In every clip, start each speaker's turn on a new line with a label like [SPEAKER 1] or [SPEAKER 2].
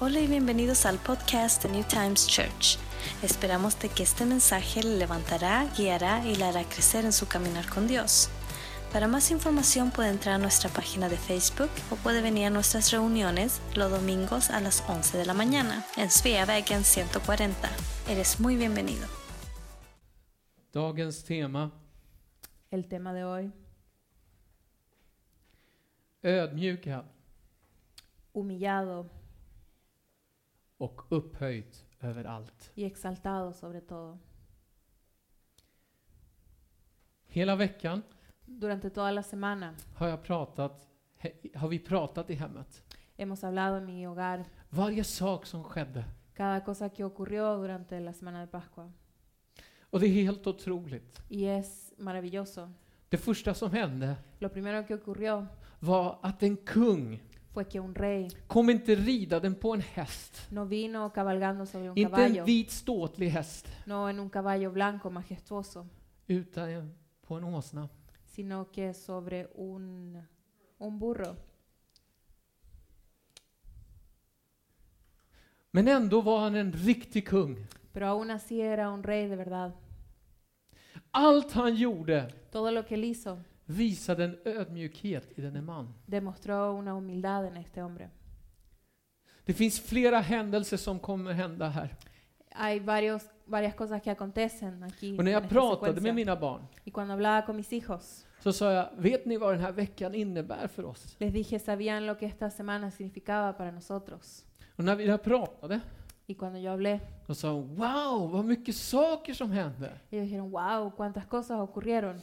[SPEAKER 1] Hola y bienvenidos al podcast de New Times Church. Esperamos de que este mensaje le levantará, guiará y le hará crecer en su caminar con Dios. Para más información puede entrar a nuestra página de Facebook o puede venir a nuestras reuniones los domingos a las 11 de la mañana en Sveavägen 140. Eres muy bienvenido.
[SPEAKER 2] Dagens tema,
[SPEAKER 3] El tema de hoy,
[SPEAKER 2] ödmjuka
[SPEAKER 3] humillado
[SPEAKER 2] och upphöjt över allt.
[SPEAKER 3] y exaltado sobre todo.
[SPEAKER 2] Hela veckan
[SPEAKER 3] Durante toda la semana
[SPEAKER 2] har, jag pratat, he- har vi pratat i hemmet.
[SPEAKER 3] hemos hablado en mi hogar
[SPEAKER 2] Varje sak som skedde.
[SPEAKER 3] cada cosa que ocurrió durante la semana de Pascua.
[SPEAKER 2] Och det är helt otroligt.
[SPEAKER 3] Y es maravilloso.
[SPEAKER 2] Det första som hände
[SPEAKER 3] Lo primero que ocurrió
[SPEAKER 2] var att en kung
[SPEAKER 3] fue que un rey
[SPEAKER 2] kom inte ridanden på en häst.
[SPEAKER 3] no vino cabalgando sobre un
[SPEAKER 2] Inte en
[SPEAKER 3] caballo,
[SPEAKER 2] vit ståtlig häst,
[SPEAKER 3] no en un caballo blanco majestuoso,
[SPEAKER 2] utan en- på en åsna.
[SPEAKER 3] sino que sobre un, un burro.
[SPEAKER 2] Men ändå var han en riktig kung.
[SPEAKER 3] Pero aún así era un rey de verdad.
[SPEAKER 2] Allt han gjorde
[SPEAKER 3] Todo lo que él hizo
[SPEAKER 2] visade en ödmjukhet i denne man.
[SPEAKER 3] demostró una humildad en este hombre.
[SPEAKER 2] Det finns flera händelser som kommer hända här.
[SPEAKER 3] hay varios, varias cosas que acontecen aquí.
[SPEAKER 2] Och när
[SPEAKER 3] en
[SPEAKER 2] jag
[SPEAKER 3] esta
[SPEAKER 2] pratade
[SPEAKER 3] secuencia.
[SPEAKER 2] med mina barn
[SPEAKER 3] Y cuando hablaba con mis hijos,
[SPEAKER 2] så sa jag, vet ni vad den här veckan innebär för oss?
[SPEAKER 3] les dije, sabían lo que esta semana significaba para nosotros.
[SPEAKER 2] Och när vi där pratade,
[SPEAKER 3] Y cuando yo hablé,
[SPEAKER 2] de sa de, wow, vad mycket saker som hände.
[SPEAKER 3] ellos dijeron, wow, cuántas cosas ocurrieron.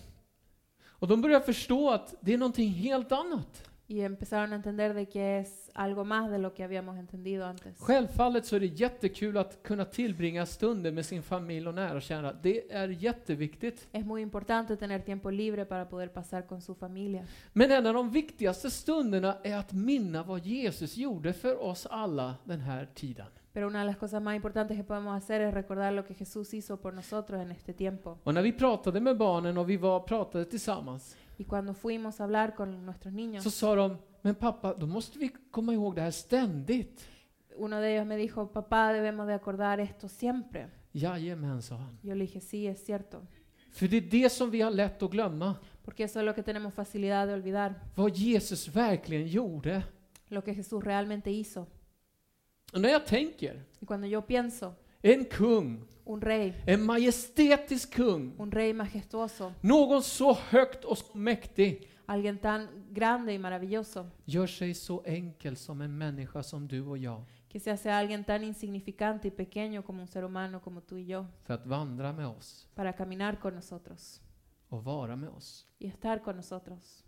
[SPEAKER 2] Och de började förstå att det är någonting helt annat.
[SPEAKER 3] Y empezaron a entender de que es algo más de lo que habíamos entendido antes.
[SPEAKER 2] Självfallet så är det jättekul att kunna tillbringa stunder med sin familj och nära och kära. Det är jätteviktigt.
[SPEAKER 3] Es muy importante tener tiempo libre para poder pasar con su familia.
[SPEAKER 2] Men en av de viktigaste stunderna är att minna vad Jesus gjorde för oss alla den här tiden.
[SPEAKER 3] Pero una de las cosas más importantes que podemos hacer es recordar lo que Jesús hizo por nosotros en este tiempo.
[SPEAKER 2] Och när vi pratade med barnen och vi var, pratade tillsammans
[SPEAKER 3] Y cuando fuimos a hablar con nuestros niños,
[SPEAKER 2] så sa de, men pappa, då måste vi komma ihåg det här ständigt.
[SPEAKER 3] Uno de ellos me dijo, papá, debemos de acordar esto siempre.
[SPEAKER 2] Jajamän, sa han.
[SPEAKER 3] Yo le dije, sí, es cierto,
[SPEAKER 2] För det är det som vi har lätt att glömma.
[SPEAKER 3] porque eso es lo que tenemos facilidad de olvidar,
[SPEAKER 2] Vad Jesus verkligen gjorde.
[SPEAKER 3] lo que Jesús realmente hizo.
[SPEAKER 2] Och när jag tänker,
[SPEAKER 3] Y cuando yo pienso,
[SPEAKER 2] en kung,
[SPEAKER 3] un rey,
[SPEAKER 2] en majestätisk kung,
[SPEAKER 3] un rey majestuoso,
[SPEAKER 2] någon så högt och så mäktig,
[SPEAKER 3] alguien tan grande y maravilloso,
[SPEAKER 2] gör sig så enkel som en människa som du och jag,
[SPEAKER 3] que se hace alguien tan insignificante y pequeño como un ser humano como tú y yo,
[SPEAKER 2] för att vandra med oss
[SPEAKER 3] para caminar con nosotros
[SPEAKER 2] och vara med oss.
[SPEAKER 3] y estar con nosotros.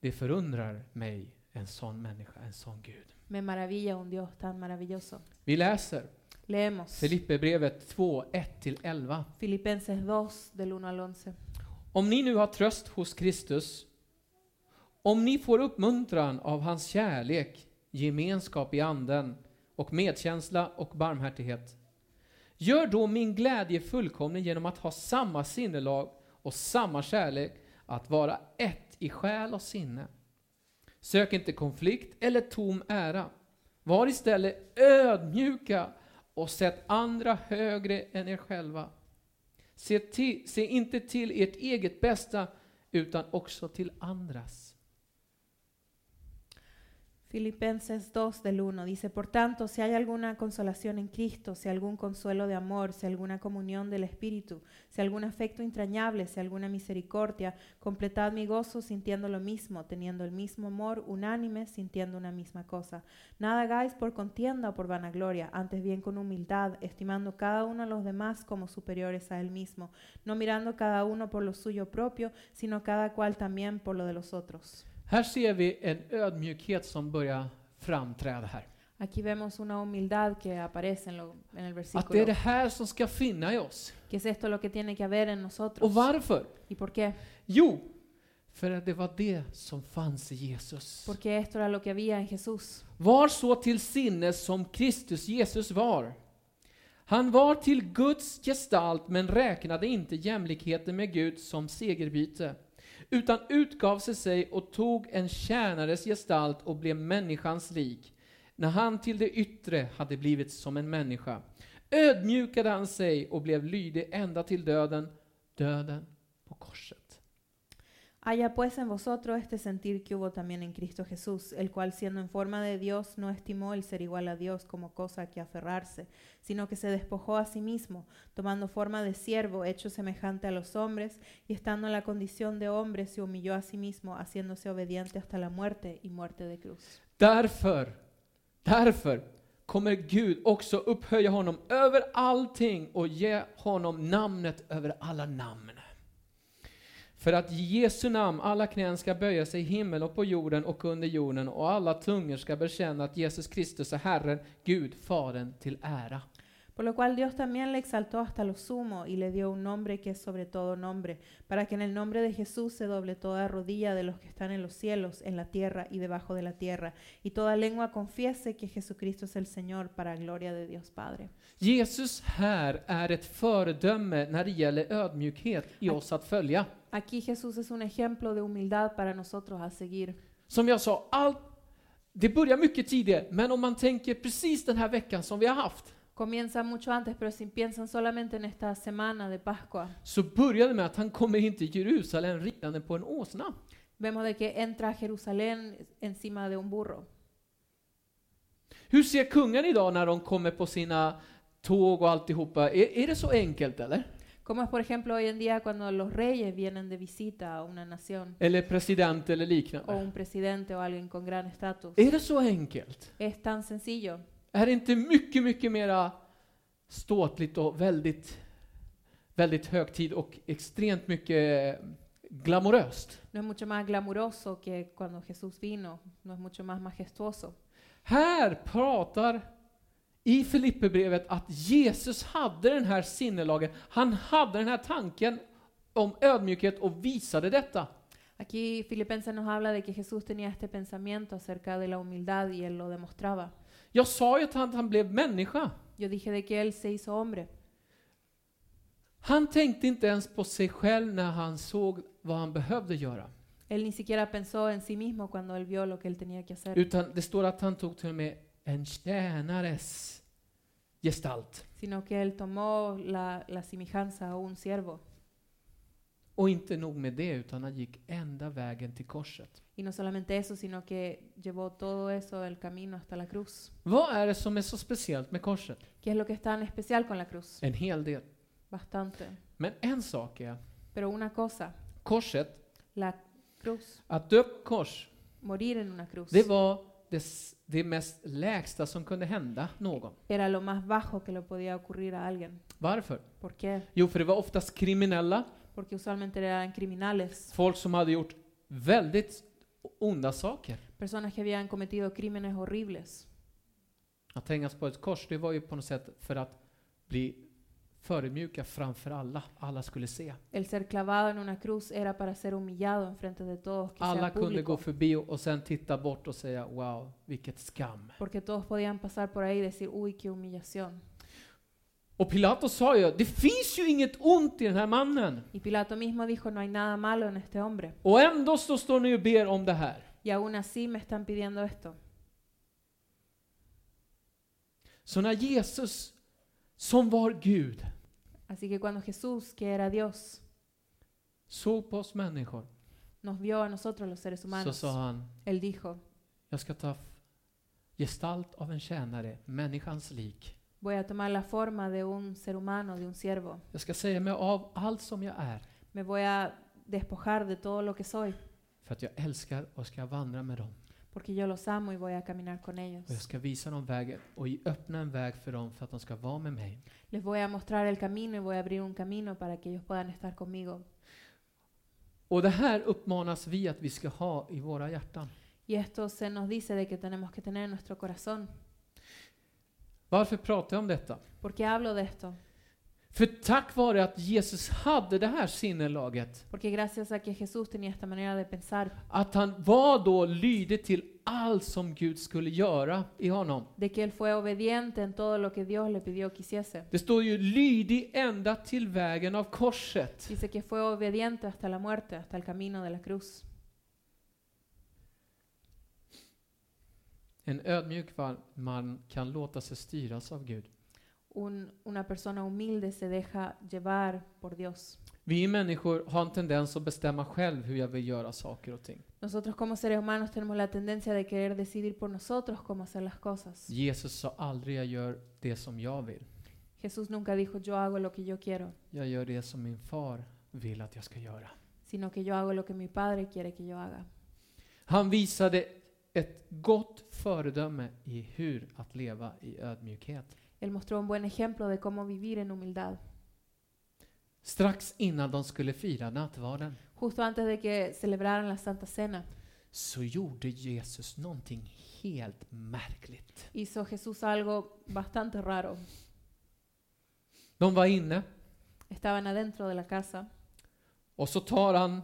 [SPEAKER 2] Det förundrar mig, en sån människa, en sån Gud.
[SPEAKER 3] Me maravilla un Dios tan maravilloso.
[SPEAKER 2] Vi läser
[SPEAKER 3] Leemos
[SPEAKER 2] Filipperbrevet 2, 1-11.
[SPEAKER 3] Filipenses 2, del 1 al 11.
[SPEAKER 2] Om ni nu har tröst hos Kristus, om ni får uppmuntran av hans kärlek, gemenskap i anden och medkänsla och barmhärtighet, gör då min glädje fullkomlig genom att ha samma sinnelag och samma kärlek, att vara ett i själ och sinne. Sök inte konflikt eller tom ära. Var istället ödmjuka och sätt andra högre än er själva. Se, till, se inte till ert eget bästa, utan också till andras.
[SPEAKER 3] Filipenses 2 del 1 dice, Por tanto, si hay alguna consolación en Cristo, si algún consuelo de amor, si alguna comunión del Espíritu, si algún afecto entrañable, si alguna misericordia, completad mi gozo sintiendo lo mismo, teniendo el mismo amor, unánime, sintiendo una misma cosa. Nada hagáis por contienda o por vanagloria, antes bien con humildad, estimando cada uno a los demás como superiores a él mismo, no mirando cada uno por lo suyo propio, sino cada cual también por lo de los otros.
[SPEAKER 2] Här ser vi en ödmjukhet som börjar framträda här.
[SPEAKER 3] Aquí vemos una humildad que aparece en, lo- en el
[SPEAKER 2] Att det är det
[SPEAKER 3] versículo.
[SPEAKER 2] här som ska finna i oss.
[SPEAKER 3] Que es esto lo que tiene que haber en
[SPEAKER 2] Och
[SPEAKER 3] nosotros.
[SPEAKER 2] varför?
[SPEAKER 3] ¿Y por qué?
[SPEAKER 2] Jo, för att det var det som fanns i Jesus.
[SPEAKER 3] Porque esto era lo que había en Jesús.
[SPEAKER 2] Var så till sinnes som Kristus Jesus var. Han var till Guds gestalt men räknade inte jämlikheten med Gud som segerbyte, utan utgav sig sig och tog en tjänares gestalt och blev människans lik. När han till det yttre hade blivit som en människa ödmjukade han sig och blev lydig ända till döden, döden på korset.
[SPEAKER 3] Haya pues en vosotros este sentir que hubo también en Cristo Jesús, el cual siendo en forma de Dios no estimó el ser igual a Dios como cosa a que aferrarse, sino que se despojó a sí mismo, tomando forma de siervo, hecho semejante a los hombres, y estando en la condición de hombre se humilló a sí mismo, haciéndose obediente hasta la muerte y muerte de cruz.
[SPEAKER 2] Därför, därför kommer Gud också upphöja honom över allting och ge honom namnet över alla namn. För att i Jesu namn alla knän ska böja sig i himmel och på jorden och under jorden och alla tungor ska bekänna att Jesus Kristus är Herren, Gud, Fadern till ära.
[SPEAKER 3] Por lo cual Dios también le exaltó hasta lo sumo y le dio un nombre que es sobre todo nombre, para que en el nombre de Jesús se doble toda rodilla de los que están en los cielos, en la tierra y debajo de la tierra, y toda lengua confiese que Jesucristo es el Señor para gloria de Dios Padre.
[SPEAKER 2] Jesus här är ett föredöme när det gäller ödmjukhet i oss att följa.
[SPEAKER 3] Aquí Jesús es un ejemplo de humildad para nosotros a seguir.
[SPEAKER 2] Som jag sa, allt, det börjar mycket tidigare, men om man tänker precis den här veckan som vi har haft,
[SPEAKER 3] Comienza mucho antes, pero si piensan solamente en esta semana de Pascua,
[SPEAKER 2] så börjar det med att han kommer in till Jerusalem ridande på en åsna.
[SPEAKER 3] vemos de que entra a Jerusalén encima de un burro.
[SPEAKER 2] Hur ser kungen idag när de kommer på sina tåg och alltihopa? Är, är det så enkelt eller?
[SPEAKER 3] Como es, por ejemplo, hoy en día cuando los reyes vienen de visita a una nación,
[SPEAKER 2] Eller president eller
[SPEAKER 3] o
[SPEAKER 2] liknande?
[SPEAKER 3] un presidente o alguien con gran estatus.
[SPEAKER 2] Är det så enkelt?
[SPEAKER 3] Es tan sencillo.
[SPEAKER 2] Är det inte mycket, mycket mera ståtligt och väldigt, väldigt högtid och extremt mycket eh, glamoröst?
[SPEAKER 3] No es mucho más glamuroso que cuando Jesús vino, no es mucho más majestuoso.
[SPEAKER 2] Här pratar i Filipperbrevet att Jesus hade den här sinnelagen. Han hade den här tanken om ödmjukhet och visade detta.
[SPEAKER 3] Aquí Filipenses nos habla de que Jesús tenía este pensamiento acerca de la humildad y él lo demostraba.
[SPEAKER 2] Jag sa ju att han, han blev människa.
[SPEAKER 3] Yo dije de que él se hizo hombre.
[SPEAKER 2] Han tänkte inte ens på sig själv när han såg vad han behövde göra.
[SPEAKER 3] Él ni siquiera pensó en sí mismo cuando él vio lo que él tenía que hacer,
[SPEAKER 2] Utan det står att han tog till och med en tjänares gestalt.
[SPEAKER 3] sino que él tomó la, la semejanza a un siervo.
[SPEAKER 2] Och inte nog med det, utan han gick ända vägen till korset.
[SPEAKER 3] Y no solamente eso, sino que llevó todo eso el camino hasta la cruz.
[SPEAKER 2] Vad är det som är så speciellt med korset?
[SPEAKER 3] ¿Qué es lo que es tan especial con la cruz?
[SPEAKER 2] En hel del.
[SPEAKER 3] Bastante.
[SPEAKER 2] Men en sak är,
[SPEAKER 3] Pero una cosa,
[SPEAKER 2] korset,
[SPEAKER 3] la cruz,
[SPEAKER 2] att dö på kors,
[SPEAKER 3] morir en una cruz,
[SPEAKER 2] det var det, s- det mest lägsta som kunde hända någon.
[SPEAKER 3] era lo más bajo que le podía ocurrir a alguien.
[SPEAKER 2] Varför?
[SPEAKER 3] ¿Por qué?
[SPEAKER 2] Jo, för det var oftast kriminella,
[SPEAKER 3] Porque usualmente eran criminales,
[SPEAKER 2] folk som hade gjort väldigt onda saker.
[SPEAKER 3] personas que habían cometido crímenes horribles.
[SPEAKER 2] Att hängas på ett kors, det var ju på något sätt för att bli förödmjuka framför alla. Alla skulle se.
[SPEAKER 3] El ser clavado en una cruz era para ser humillado en frente de todos, que
[SPEAKER 2] Alla
[SPEAKER 3] sea
[SPEAKER 2] kunde gå
[SPEAKER 3] público,
[SPEAKER 2] förbi och och sen titta bort och säga wow, vilket skam.
[SPEAKER 3] porque todos podían pasar por ahí y decir, uy, qué humillación.
[SPEAKER 2] Och Pilatus sa ju, det finns ju inget ont i den här mannen.
[SPEAKER 3] Y Pilato mismo dijo, no hay nada malo en este hombre,
[SPEAKER 2] Och ändå så står ni och ber om det här.
[SPEAKER 3] y aún así me están pidiendo esto.
[SPEAKER 2] Så när Jesus, som var Gud,
[SPEAKER 3] Así que cuando Jesús, que era Dios,
[SPEAKER 2] såg på oss människor
[SPEAKER 3] nos vio a nosotros los seres
[SPEAKER 2] så
[SPEAKER 3] humanos,
[SPEAKER 2] sa han,
[SPEAKER 3] Él dijo,
[SPEAKER 2] jag ska ta f- gestalt av en tjänare, människans lik.
[SPEAKER 3] voy a tomar la forma de un ser humano, de un siervo,
[SPEAKER 2] Jag ska säga mig av allt som jag är.
[SPEAKER 3] me voy a despojar de todo lo que soy,
[SPEAKER 2] För att jag älskar och ska vandra med dem.
[SPEAKER 3] porque yo los amo y voy a caminar con ellos.
[SPEAKER 2] Och jag ska visa dem vägen och i- öppna en väg för dem för att de ska vara med mig.
[SPEAKER 3] Les voy a mostrar el camino y voy a abrir un camino para que ellos puedan estar conmigo.
[SPEAKER 2] Och det här uppmanas vi att vi ska ha i våra hjärtan.
[SPEAKER 3] Y esto se nos dice de que tenemos que tener en nuestro corazón.
[SPEAKER 2] Varför pratar jag om detta?
[SPEAKER 3] ¿Por qué hablo de esto?
[SPEAKER 2] För tack vare att Jesus hade det här sinnelaget,
[SPEAKER 3] Porque gracias a que Jesús tenía esta manera de pensar,
[SPEAKER 2] att han var då lydig till allt som Gud skulle göra i honom.
[SPEAKER 3] de que él fue obediente en todo lo que Dios le pidió que hiciese.
[SPEAKER 2] Det står ju lydig ända till vägen av korset.
[SPEAKER 3] Dice que fue obediente hasta la muerte, hasta el camino de la cruz.
[SPEAKER 2] En ödmjuk va- man kan låta sig styras av Gud.
[SPEAKER 3] Un- una persona humilde se deja llevar por Dios.
[SPEAKER 2] Vi människor har en tendens att bestämma själv hur jag vill göra saker och ting.
[SPEAKER 3] Nosotros como seres humanos tenemos la tendencia de querer decidir por nosotros cómo hacer las cosas.
[SPEAKER 2] Jesus sa aldrig jag gör det som jag vill.
[SPEAKER 3] Jesús nunca dijo yo hago lo que yo quiero,
[SPEAKER 2] Jag gör det som min far vill att jag ska göra.
[SPEAKER 3] sino que yo hago lo que mi Padre quiere que yo haga.
[SPEAKER 2] Han visade ett gott föredöme i hur att leva i ödmjukhet.
[SPEAKER 3] Él mostró un buen ejemplo de cómo vivir en humildad.
[SPEAKER 2] Strax innan de skulle fira nattvarden
[SPEAKER 3] Justo antes de que celebraran la Santa Cena,
[SPEAKER 2] så gjorde Jesus någonting helt märkligt.
[SPEAKER 3] hizo Jesús algo bastante raro.
[SPEAKER 2] De var inne
[SPEAKER 3] Estaban adentro de la casa
[SPEAKER 2] och så tar han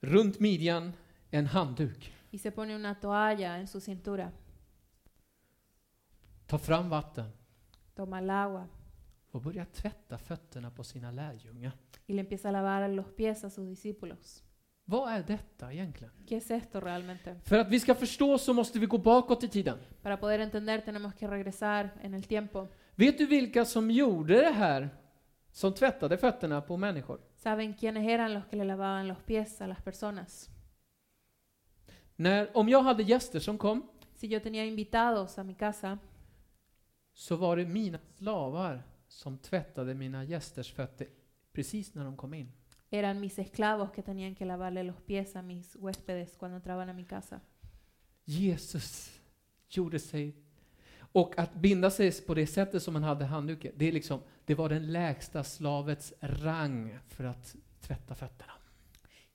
[SPEAKER 2] runt midjan en handduk,
[SPEAKER 3] y se pone una toalla en su cintura,
[SPEAKER 2] tar fram vatten
[SPEAKER 3] toma el agua
[SPEAKER 2] och börjar tvätta fötterna på sina lärjungar.
[SPEAKER 3] y le empieza a lavar los pies a sus discípulos.
[SPEAKER 2] Vad är detta egentligen?
[SPEAKER 3] ¿Qué es esto realmente?
[SPEAKER 2] För att vi ska förstå så måste vi gå bakåt i tiden.
[SPEAKER 3] Para poder entender tenemos que regresar en el tiempo.
[SPEAKER 2] Vet du vilka som gjorde det här? Som tvättade fötterna på människor?
[SPEAKER 3] ¿Saben quiénes eran los que le lavaban los pies a las personas?
[SPEAKER 2] När, om jag hade gäster som kom
[SPEAKER 3] Si yo tenía invitados a mi casa,
[SPEAKER 2] så var det mina slavar som tvättade mina gästers fötter precis när de kom in.
[SPEAKER 3] eran mis esclavos que tenían que lavarle los pies a mis huéspedes cuando entraban a mi casa.
[SPEAKER 2] Jesus gjorde sig... Och att binda sig på det sättet som han hade handduken, det, är liksom, det var den lägsta slavets rang för att tvätta fötterna.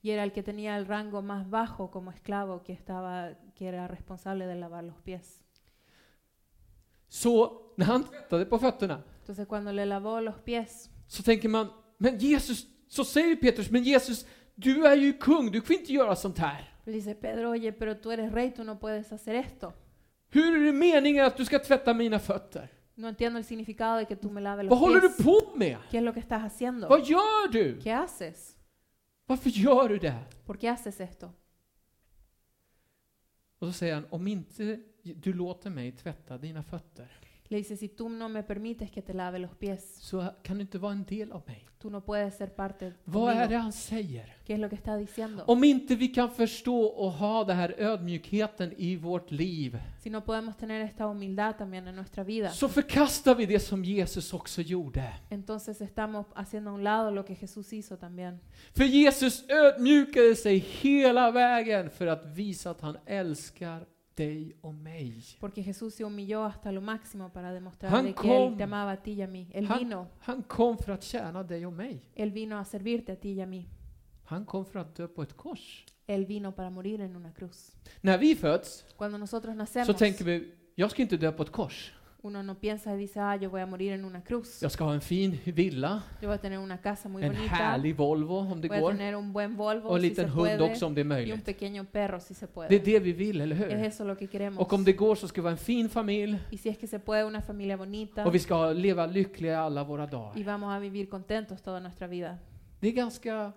[SPEAKER 3] Y era el que tenía el rango más bajo como esclavo que, estaba, que era responsable de lavar los pies.
[SPEAKER 2] Så när han tvättade på fötterna
[SPEAKER 3] Entonces cuando le lavó los pies,
[SPEAKER 2] så tänker man, men Jesus, så säger Petrus, men Jesus, du är ju kung, du får inte göra sånt här.
[SPEAKER 3] le dice, Pedro, oye, pero tú eres rey, tú no puedes hacer esto.
[SPEAKER 2] Hur är det meningen att du ska tvätta mina fötter?
[SPEAKER 3] No entiendo el significado de que tú me laves los
[SPEAKER 2] Vad håller
[SPEAKER 3] pies.
[SPEAKER 2] du på med?
[SPEAKER 3] ¿Qué es lo que estás haciendo?
[SPEAKER 2] Vad gör du?
[SPEAKER 3] ¿Qué haces?
[SPEAKER 2] Varför gör du det?
[SPEAKER 3] ¿Por qué haces esto?
[SPEAKER 2] Och så säger han, om inte du låter mig tvätta dina fötter
[SPEAKER 3] Le dice, si tú no me permites que te lave los pies,
[SPEAKER 2] så kan du inte vara en del av mig.
[SPEAKER 3] tú no puedes ser parte
[SPEAKER 2] Vad är det
[SPEAKER 3] conmigo.
[SPEAKER 2] han säger?
[SPEAKER 3] ¿Qué es lo que está diciendo?
[SPEAKER 2] Om inte vi kan förstå och ha den här ödmjukheten i vårt liv
[SPEAKER 3] Si no podemos tener esta humildad también en nuestra vida,
[SPEAKER 2] så förkastar vi det som Jesus också gjorde.
[SPEAKER 3] entonces estamos haciendo a un lado lo que Jesús hizo también.
[SPEAKER 2] För Jesus ödmjukade sig hela vägen för att visa att han älskar dig och mig.
[SPEAKER 3] Porque Jesús se humilló hasta lo máximo para demostrar
[SPEAKER 2] Han
[SPEAKER 3] de que
[SPEAKER 2] kom.
[SPEAKER 3] Él te amaba a ti y a mí. Él
[SPEAKER 2] Han-
[SPEAKER 3] vino,
[SPEAKER 2] Han kom för att tjäna dig och mig.
[SPEAKER 3] Él vino a servirte a ti y a mí.
[SPEAKER 2] Han kom för att dö på ett kors.
[SPEAKER 3] Él vino para morir en una cruz.
[SPEAKER 2] När vi föds
[SPEAKER 3] Cuando nosotros
[SPEAKER 2] så
[SPEAKER 3] nacemos,
[SPEAKER 2] tänker vi, jag ska inte dö på ett kors.
[SPEAKER 3] uno no piensa y dice, ah, yo voy a morir en una cruz.
[SPEAKER 2] Jag ska ha en fin villa,
[SPEAKER 3] Yo voy a tener una casa muy
[SPEAKER 2] en
[SPEAKER 3] bonita.
[SPEAKER 2] härlig Volvo om det
[SPEAKER 3] Voy a
[SPEAKER 2] går,
[SPEAKER 3] tener un buen
[SPEAKER 2] och
[SPEAKER 3] Volvo
[SPEAKER 2] en
[SPEAKER 3] si se
[SPEAKER 2] liten hund
[SPEAKER 3] puede
[SPEAKER 2] också om det är
[SPEAKER 3] y un
[SPEAKER 2] möjligt.
[SPEAKER 3] pequeño perro si se
[SPEAKER 2] Det är
[SPEAKER 3] puede.
[SPEAKER 2] det vi vill, eller
[SPEAKER 3] Es
[SPEAKER 2] hur?
[SPEAKER 3] eso lo que queremos.
[SPEAKER 2] Och om det går så ska vi ha en fin familj
[SPEAKER 3] Y si es que se puede una familia bonita
[SPEAKER 2] och vi ska ha- leva lyckliga alla våra
[SPEAKER 3] y
[SPEAKER 2] dagar.
[SPEAKER 3] vamos a vivir contentos toda nuestra vida.
[SPEAKER 2] Det är ganska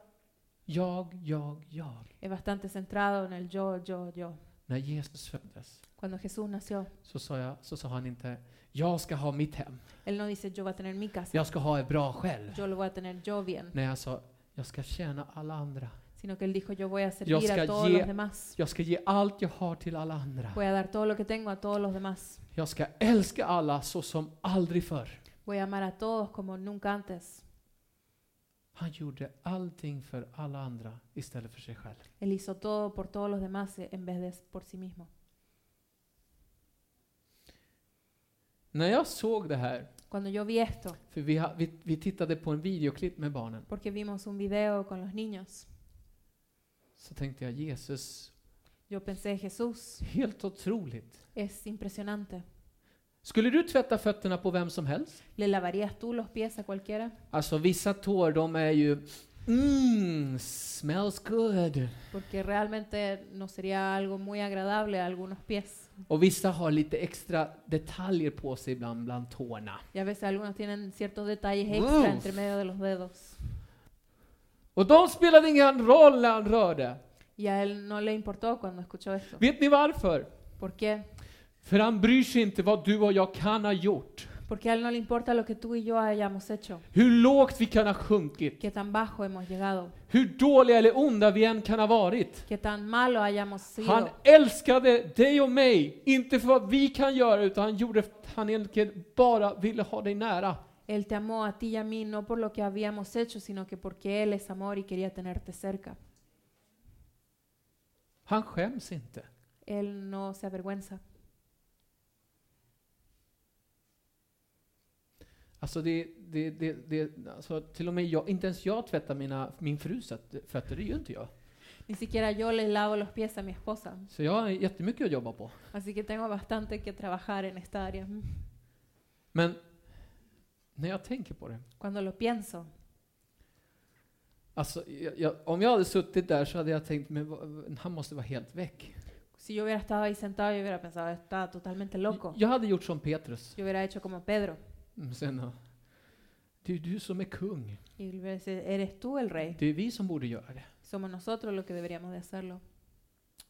[SPEAKER 2] jag, jag, jag.
[SPEAKER 3] Es bastante centrado en el yo, yo, yo.
[SPEAKER 2] När Jesus föddes
[SPEAKER 3] Cuando Jesús nació,
[SPEAKER 2] så sa, jag, så sa han inte jag ska ha mitt hem,
[SPEAKER 3] él no dice yo voy a tener mi casa,
[SPEAKER 2] jag ska ha det bra själv.
[SPEAKER 3] yo lo voy a tener yo bien,
[SPEAKER 2] Nej, han sa jag ska tjäna alla andra.
[SPEAKER 3] sino que él dijo yo voy a
[SPEAKER 2] Yo
[SPEAKER 3] servir
[SPEAKER 2] ska
[SPEAKER 3] a todos
[SPEAKER 2] ge-
[SPEAKER 3] los demás.
[SPEAKER 2] Jag ska ge allt jag har till alla andra.
[SPEAKER 3] Voy a dar todo lo que tengo a todos los demás.
[SPEAKER 2] Jag ska älska alla så som aldrig förr.
[SPEAKER 3] Voy a amar a todos como nunca antes.
[SPEAKER 2] Han gjorde allting för alla andra istället för sig själv.
[SPEAKER 3] Él hizo todo por todos los demás eh, en vez de por sí mismo.
[SPEAKER 2] När jag såg det här,
[SPEAKER 3] Cuando yo vi esto,
[SPEAKER 2] för vi, ha- vi, vi tittade på en videoklipp med barnen,
[SPEAKER 3] porque vimos un video con los niños,
[SPEAKER 2] så tänkte jag Jesus,
[SPEAKER 3] yo pensé, Jesús,
[SPEAKER 2] helt otroligt.
[SPEAKER 3] es impresionante.
[SPEAKER 2] Skulle du tvätta fötterna på vem som helst?
[SPEAKER 3] ¿Le lavarías tú los pies a cualquiera?
[SPEAKER 2] Alltså vissa tår, de är ju mm, smells good.
[SPEAKER 3] Porque realmente no sería algo muy agradable a algunos pies.
[SPEAKER 2] Och vissa har lite extra detaljer på sig ibland, bland tårna.
[SPEAKER 3] Y a veces algunos tienen ciertos detalles extra
[SPEAKER 2] Uf.
[SPEAKER 3] entre medio de los dedos.
[SPEAKER 2] Och de spelade ingen roll när han rörde.
[SPEAKER 3] Y a él no le importó cuando escuchó esto.
[SPEAKER 2] Vet ni varför?
[SPEAKER 3] ¿Por qué?
[SPEAKER 2] För han bryr sig inte vad du och jag kan ha gjort.
[SPEAKER 3] Porque a Él no le importa lo que tú y yo hayamos hecho,
[SPEAKER 2] Hur lågt vi kan ha sjunkit.
[SPEAKER 3] qué tan bajo hemos llegado,
[SPEAKER 2] Hur dåliga eller onda vi än kan ha varit.
[SPEAKER 3] qué tan malo hayamos sido.
[SPEAKER 2] Han älskade dig och mig, inte för vad vi kan göra, utan han gjorde för att han egentligen bara ville ha dig nära.
[SPEAKER 3] Él te amó a ti y a mí no por lo que habíamos hecho, sino que porque Él es amor y quería tenerte cerca.
[SPEAKER 2] Han skäms inte.
[SPEAKER 3] Él no se avergüenza.
[SPEAKER 2] Alltså det, det, det, det, alltså till och med jag, inte ens jag tvättar mina, min frus föt- fötter, det gör inte jag.
[SPEAKER 3] Ni siquiera yo le lavo los pies a mi esposa,
[SPEAKER 2] Så jag har jättemycket att jobba på.
[SPEAKER 3] así que tengo bastante que trabajar en esta área.
[SPEAKER 2] Men när jag tänker på det,
[SPEAKER 3] Cuando lo pienso,
[SPEAKER 2] alltså jag, jag, om jag hade suttit där så hade jag tänkt, men vad- han måste vara helt väck.
[SPEAKER 3] si yo hubiera estado ahí sentado, yo hubiera pensado, está totalmente loco.
[SPEAKER 2] Jag hade gjort som Petrus.
[SPEAKER 3] Yo hubiera hecho como Pedro
[SPEAKER 2] Mm, Sen, ja, det är du som är kung.
[SPEAKER 3] y le hubiera dicho, eres tú el rey,
[SPEAKER 2] Det är vi som borde göra det.
[SPEAKER 3] somos nosotros los que deberíamos de hacerlo.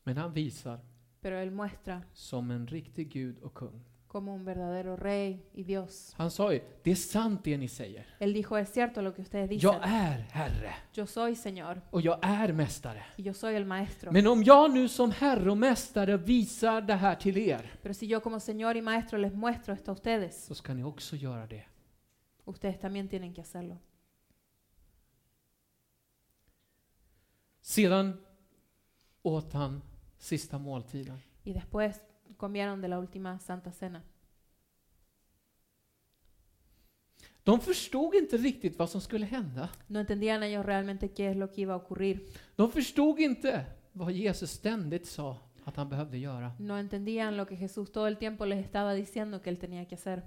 [SPEAKER 2] Men han visar
[SPEAKER 3] Pero Él muestra
[SPEAKER 2] som en riktig Gud och kung.
[SPEAKER 3] como un verdadero rey y Dios.
[SPEAKER 2] Han sa ju, det är sant det ni säger.
[SPEAKER 3] Él dijo, es cierto lo que ustedes dicen,
[SPEAKER 2] Jag är herre
[SPEAKER 3] yo soy Señor
[SPEAKER 2] och jag är mästare.
[SPEAKER 3] y yo soy el Maestro.
[SPEAKER 2] Men om jag nu som herre och mästare visar det här till er,
[SPEAKER 3] Pero si yo como Señor y Maestro les muestro esto a ustedes,
[SPEAKER 2] så ska ni också göra det.
[SPEAKER 3] ustedes también tienen que hacerlo.
[SPEAKER 2] Sedan åt han sista måltiden.
[SPEAKER 3] Y después comieron de la última Santa Cena.
[SPEAKER 2] De förstod inte riktigt vad som skulle hända.
[SPEAKER 3] No entendían ellos realmente qué es lo que iba a ocurrir.
[SPEAKER 2] De förstod inte vad Jesus ständigt sa att han behövde göra.
[SPEAKER 3] No entendían lo que Jesús todo el tiempo les estaba diciendo que él tenía que hacer.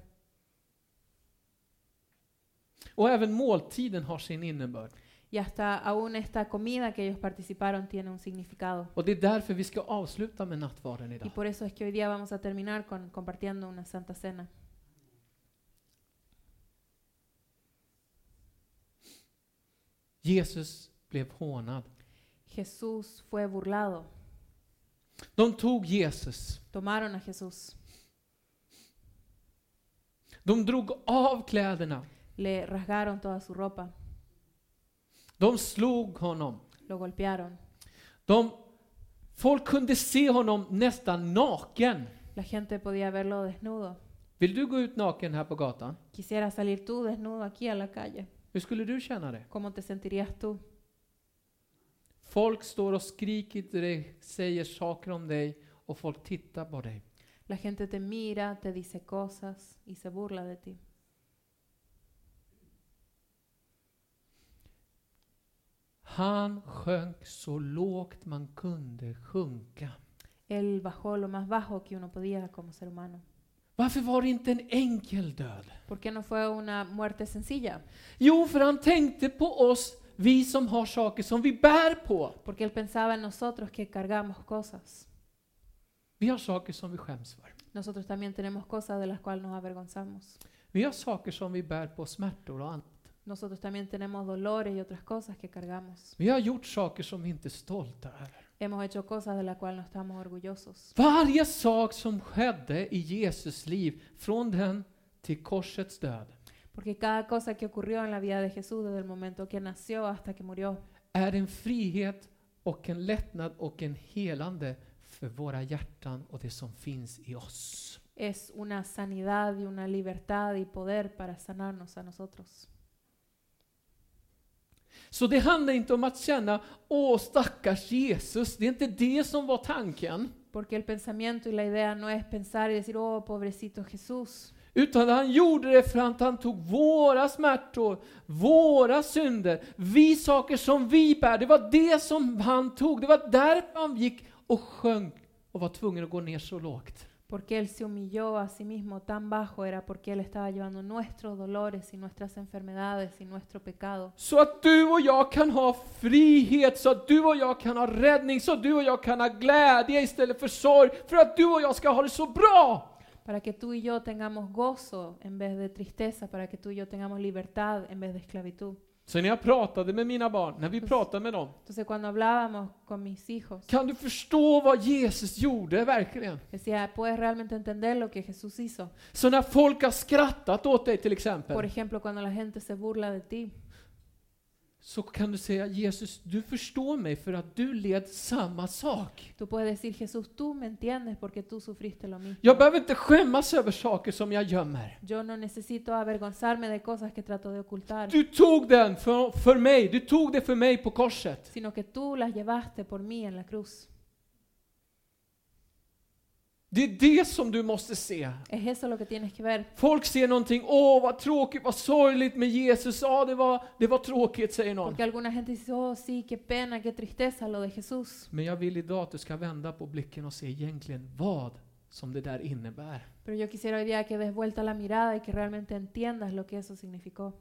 [SPEAKER 2] Och även måltiden har sin innebörd.
[SPEAKER 3] Y hasta aún esta comida que ellos participaron tiene un significado.
[SPEAKER 2] Och det är därför vi ska avsluta med nattvarden
[SPEAKER 3] Y
[SPEAKER 2] idag.
[SPEAKER 3] por eso es que hoy día vamos a terminar con compartiendo una Santa Cena.
[SPEAKER 2] Jesus blev hånad.
[SPEAKER 3] Jesús fue burlado.
[SPEAKER 2] De tog Jesus.
[SPEAKER 3] Tomaron a Jesús,
[SPEAKER 2] De drog av kläderna.
[SPEAKER 3] le rasgaron toda su ropa,
[SPEAKER 2] De slog honom.
[SPEAKER 3] lo golpearon.
[SPEAKER 2] De, folk kunde se honom nästan naken.
[SPEAKER 3] La gente podía verlo desnudo.
[SPEAKER 2] Vill du gå ut naken här på gatan?
[SPEAKER 3] Quisiera salir tú desnudo aquí a la calle.
[SPEAKER 2] Hur skulle du känna det?
[SPEAKER 3] ¿Cómo te sentirías tú?
[SPEAKER 2] Folk står och skriker till dig, säger saker om dig och folk tittar på dig.
[SPEAKER 3] La gente te mira, te dice cosas y se burla de ti.
[SPEAKER 2] Han sjönk så lågt man kunde sjunka.
[SPEAKER 3] Él bajó lo más bajo que uno podía como ser humano.
[SPEAKER 2] Varför var det inte en enkel död?
[SPEAKER 3] ¿Por qué no fue una muerte sencilla?
[SPEAKER 2] Jo, för han tänkte på oss, vi som har saker som vi bär på.
[SPEAKER 3] Porque él pensaba en nosotros que cargamos cosas.
[SPEAKER 2] Vi har saker som vi skäms för.
[SPEAKER 3] Nosotros también tenemos cosas de las cuales nos avergonzamos.
[SPEAKER 2] Vi har saker som vi bär på, smärtor och annat.
[SPEAKER 3] Nosotros también tenemos dolores y otras cosas que cargamos.
[SPEAKER 2] Vi har gjort saker som vi inte är stolta över.
[SPEAKER 3] Hemos hecho cosas de las cuales no estamos orgullosos.
[SPEAKER 2] Varje sak som skedde i Jesus liv, från den till korsets död,
[SPEAKER 3] Porque cada cosa que ocurrió en la vida de Jesús desde el momento que nació hasta que murió
[SPEAKER 2] är en frihet och en lättnad och en helande för våra hjärtan och det som finns i oss.
[SPEAKER 3] es una sanidad y una libertad y poder para sanarnos a nosotros.
[SPEAKER 2] Så det handlar inte om att känna Åh stackars Jesus, det är inte det som var tanken.
[SPEAKER 3] Porque el pensamiento y la idea no es pensar y decir, oh, pobrecito Jesús,
[SPEAKER 2] Utan han gjorde det för att han tog våra smärtor, våra synder, vi saker som vi bär. Det var det som han tog. Det var därför han gick och sjönk och var tvungen att gå ner så lågt.
[SPEAKER 3] porque Él se humilló a sí mismo tan bajo, era porque Él estaba llevando nuestros dolores y nuestras enfermedades y nuestro pecado,
[SPEAKER 2] Så att du och jag kan ha frihet, så att du och jag kan ha räddning, så att du och jag kan ha glädje istället för sorg, för att du och jag ska ha det så bra!
[SPEAKER 3] para que tú y yo tengamos gozo en vez de tristeza, para que tú y yo tengamos libertad en vez de esclavitud.
[SPEAKER 2] Så när jag pratade med mina barn, när vi pratade med dem,
[SPEAKER 3] Entonces cuando hablábamos con mis hijos,
[SPEAKER 2] kan du förstå vad Jesus gjorde verkligen?
[SPEAKER 3] decía, ¿puedes realmente entender lo que Jesús hizo?
[SPEAKER 2] Så när folk har skrattat åt dig till
[SPEAKER 3] Por
[SPEAKER 2] exempel,
[SPEAKER 3] ejemplo, cuando la gente se burla de ti,
[SPEAKER 2] så kan du säga Jesus, du förstår mig för att du led samma sak.
[SPEAKER 3] tú puedes decir, Jesús, tú me entiendes porque tú sufriste lo mismo.
[SPEAKER 2] Jag behöver inte skämmas över saker som jag gömmer.
[SPEAKER 3] Yo no necesito avergonzarme de cosas que trato de ocultar,
[SPEAKER 2] Du tog den för, för mig, du tog det för mig på korset.
[SPEAKER 3] sino que tú las llevaste por mí en la cruz.
[SPEAKER 2] Det är det som du måste se.
[SPEAKER 3] Es eso lo que tienes que ver.
[SPEAKER 2] Folk ser någonting, åh vad tråkigt, vad sorgligt med Jesus, ja det var, det var tråkigt säger någon.
[SPEAKER 3] Porque alguna gente dice, oh sí, qué pena, qué tristeza lo de Jesús.
[SPEAKER 2] Men jag vill idag att du ska vända på blicken och se egentligen vad som det där innebär.
[SPEAKER 3] Pero yo quisiera hoy día que des vuelta la mirada y que realmente entiendas lo que eso significó.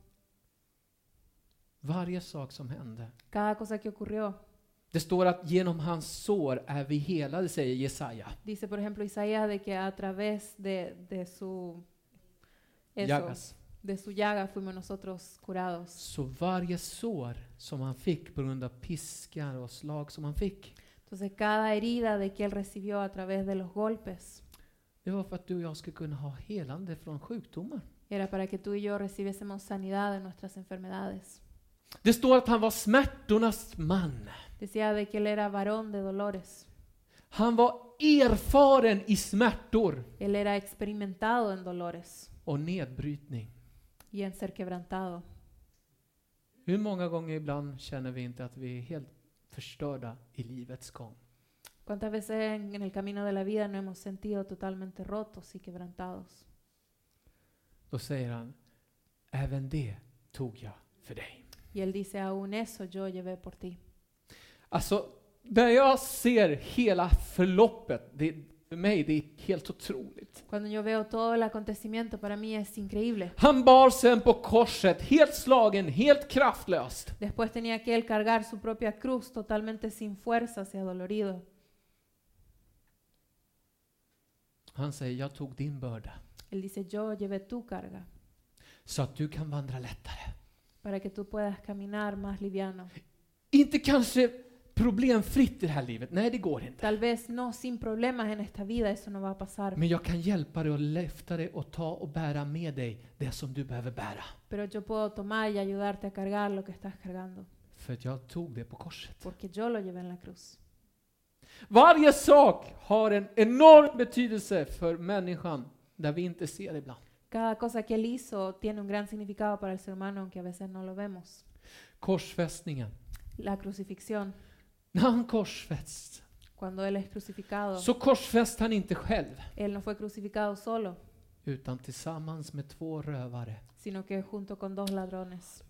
[SPEAKER 2] Varje sak som hände.
[SPEAKER 3] Cada cosa que ocurrió.
[SPEAKER 2] Det står att genom hans sår är vi helade, säger Jesaja.
[SPEAKER 3] Dice, por ejemplo, Isaías de que a través de, de su... eso,
[SPEAKER 2] Jagas.
[SPEAKER 3] de su llaga fuimos nosotros curados.
[SPEAKER 2] Så varje sår som han fick på grund av piskar och slag som han fick,
[SPEAKER 3] Entonces cada herida de que él recibió a través de los golpes
[SPEAKER 2] det var för att du och jag skulle kunna ha helande från sjukdomar.
[SPEAKER 3] era para que tú y yo recibiésemos sanidad de nuestras enfermedades.
[SPEAKER 2] Det står att han var smärtornas man.
[SPEAKER 3] Decía de que él era varón de dolores.
[SPEAKER 2] Han var erfaren i smärtor
[SPEAKER 3] Él era experimentado en dolores
[SPEAKER 2] och nedbrytning.
[SPEAKER 3] y en ser quebrantado.
[SPEAKER 2] Hur många gånger ibland känner vi inte att vi är helt förstörda i livets gång?
[SPEAKER 3] ¿Cuántas veces en, en el camino de la vida no hemos sentido totalmente rotos y quebrantados?
[SPEAKER 2] Då säger han, även det tog jag för dig.
[SPEAKER 3] Y él dice, aún eso yo llevé por ti.
[SPEAKER 2] Alltså, när jag ser hela förloppet, det, för mig det är helt otroligt.
[SPEAKER 3] Cuando yo veo todo el acontecimiento, para mí es increíble.
[SPEAKER 2] Han bar sen på korset, helt slagen, helt kraftlöst.
[SPEAKER 3] Después tenía que él cargar su propia cruz totalmente sin fuerzas y adolorido.
[SPEAKER 2] Han säger, jag tog din börda,
[SPEAKER 3] Él dice, yo llevé tu carga
[SPEAKER 2] så att du kan vandra lättare.
[SPEAKER 3] para que tú puedas caminar más liviano.
[SPEAKER 2] Inte kanske problemfritt i det här livet, nej det går inte.
[SPEAKER 3] Tal vez no sin problemas en esta vida, eso no va a pasar,
[SPEAKER 2] Men jag kan hjälpa dig och lyfta dig och ta och bära med dig det som du behöver bära.
[SPEAKER 3] pero yo puedo tomar y ayudarte a cargar lo que estás cargando,
[SPEAKER 2] För att jag tog det på korset.
[SPEAKER 3] porque yo lo llevé en la cruz.
[SPEAKER 2] Varje sak har en enorm betydelse för människan, där vi inte ser det ibland.
[SPEAKER 3] Cada cosa que él hizo tiene un gran significado para el ser humano, aunque a veces no lo vemos.
[SPEAKER 2] Korsfästningen.
[SPEAKER 3] La crucifixión,
[SPEAKER 2] När han korsfästs,
[SPEAKER 3] cuando él es crucificado,
[SPEAKER 2] så korsfästs han inte själv,
[SPEAKER 3] él no fue crucificado solo,
[SPEAKER 2] utan tillsammans med två rövare.
[SPEAKER 3] sino que junto con dos ladrones.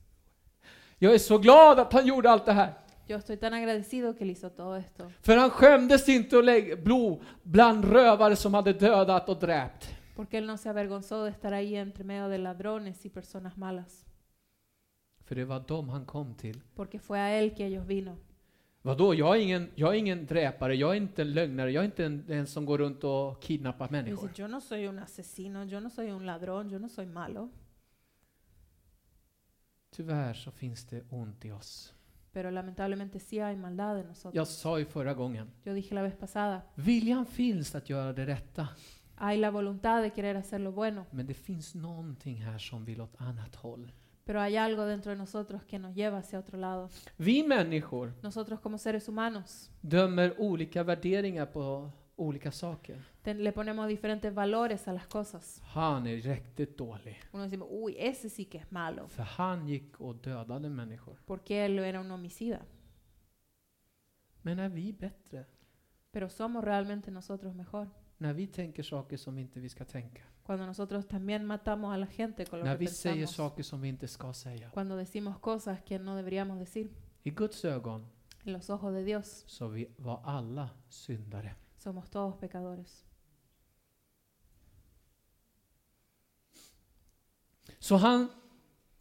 [SPEAKER 2] Jag är så glad att han gjorde allt det här.
[SPEAKER 3] Yo estoy tan agradecido que él hizo todo esto,
[SPEAKER 2] För han skämdes inte att lägga blod bland rövare som hade dödat och dräpt.
[SPEAKER 3] porque él no se avergonzó de estar ahí entre medio de ladrones y personas malas,
[SPEAKER 2] För det var dem han kom till.
[SPEAKER 3] porque fue a él que ellos vino.
[SPEAKER 2] Vadå, jag är ingen, jag är ingen dräpare, jag är inte en lögnare, jag är inte en, en som går runt och kidnappar
[SPEAKER 3] Y
[SPEAKER 2] människor.
[SPEAKER 3] Dice, yo no soy un asesino, yo no soy un ladrón, yo no soy malo,
[SPEAKER 2] Tyvärr så finns det ont i oss.
[SPEAKER 3] pero lamentablemente sí hay maldad en
[SPEAKER 2] Jag
[SPEAKER 3] nosotros.
[SPEAKER 2] sa ju förra gången,
[SPEAKER 3] Yo dije la vez pasada,
[SPEAKER 2] viljan finns att göra det rätta,
[SPEAKER 3] hay la voluntad de querer hacer lo bueno,
[SPEAKER 2] men det finns någonting här som vill åt annat håll.
[SPEAKER 3] pero hay algo dentro de nosotros que nos lleva hacia otro lado.
[SPEAKER 2] Vi människor
[SPEAKER 3] Nosotros como seres humanos
[SPEAKER 2] dömer olika värderingar på olika saker.
[SPEAKER 3] ten- le ponemos diferentes valores a las cosas.
[SPEAKER 2] Han är riktigt dålig,
[SPEAKER 3] Uno decimos, uy, ese sí que es malo,
[SPEAKER 2] för han gick och dödade människor.
[SPEAKER 3] porque él era un homicida.
[SPEAKER 2] Men är vi bättre?
[SPEAKER 3] Pero somos realmente nosotros mejor.
[SPEAKER 2] När vi tänker saker som inte vi ska tänka?
[SPEAKER 3] Cuando nosotros también matamos a la gente con lo
[SPEAKER 2] När
[SPEAKER 3] que
[SPEAKER 2] vi säger
[SPEAKER 3] pensamos.
[SPEAKER 2] saker som vi inte ska säga?
[SPEAKER 3] Cuando decimos cosas que no deberíamos decir.
[SPEAKER 2] I Guds ögon
[SPEAKER 3] En los ojos de Dios
[SPEAKER 2] så vi var alla syndare.
[SPEAKER 3] somos todos pecadores.
[SPEAKER 2] Så han,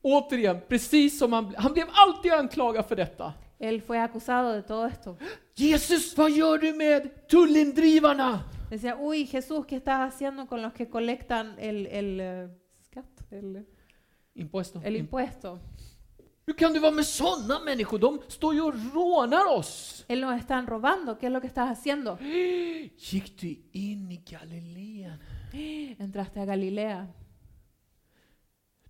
[SPEAKER 2] återigen, precis som han, han blev alltid anklagad för detta.
[SPEAKER 3] Él fue acusado de todo esto.
[SPEAKER 2] Jesus, vad gör du med tullindrivarna?
[SPEAKER 3] Decía, uy, Jesús, ¿qué estás haciendo con los que colectan el, el, eh, scat? el,
[SPEAKER 2] Impuesto.
[SPEAKER 3] el
[SPEAKER 2] Im-
[SPEAKER 3] impuesto?
[SPEAKER 2] Hur kan du vara med sådana människor? De står ju och rånar oss.
[SPEAKER 3] Él nos están robando. ¿Qué es lo que estás haciendo?
[SPEAKER 2] Gick du in i Galileen?
[SPEAKER 3] Entraste a Galilea.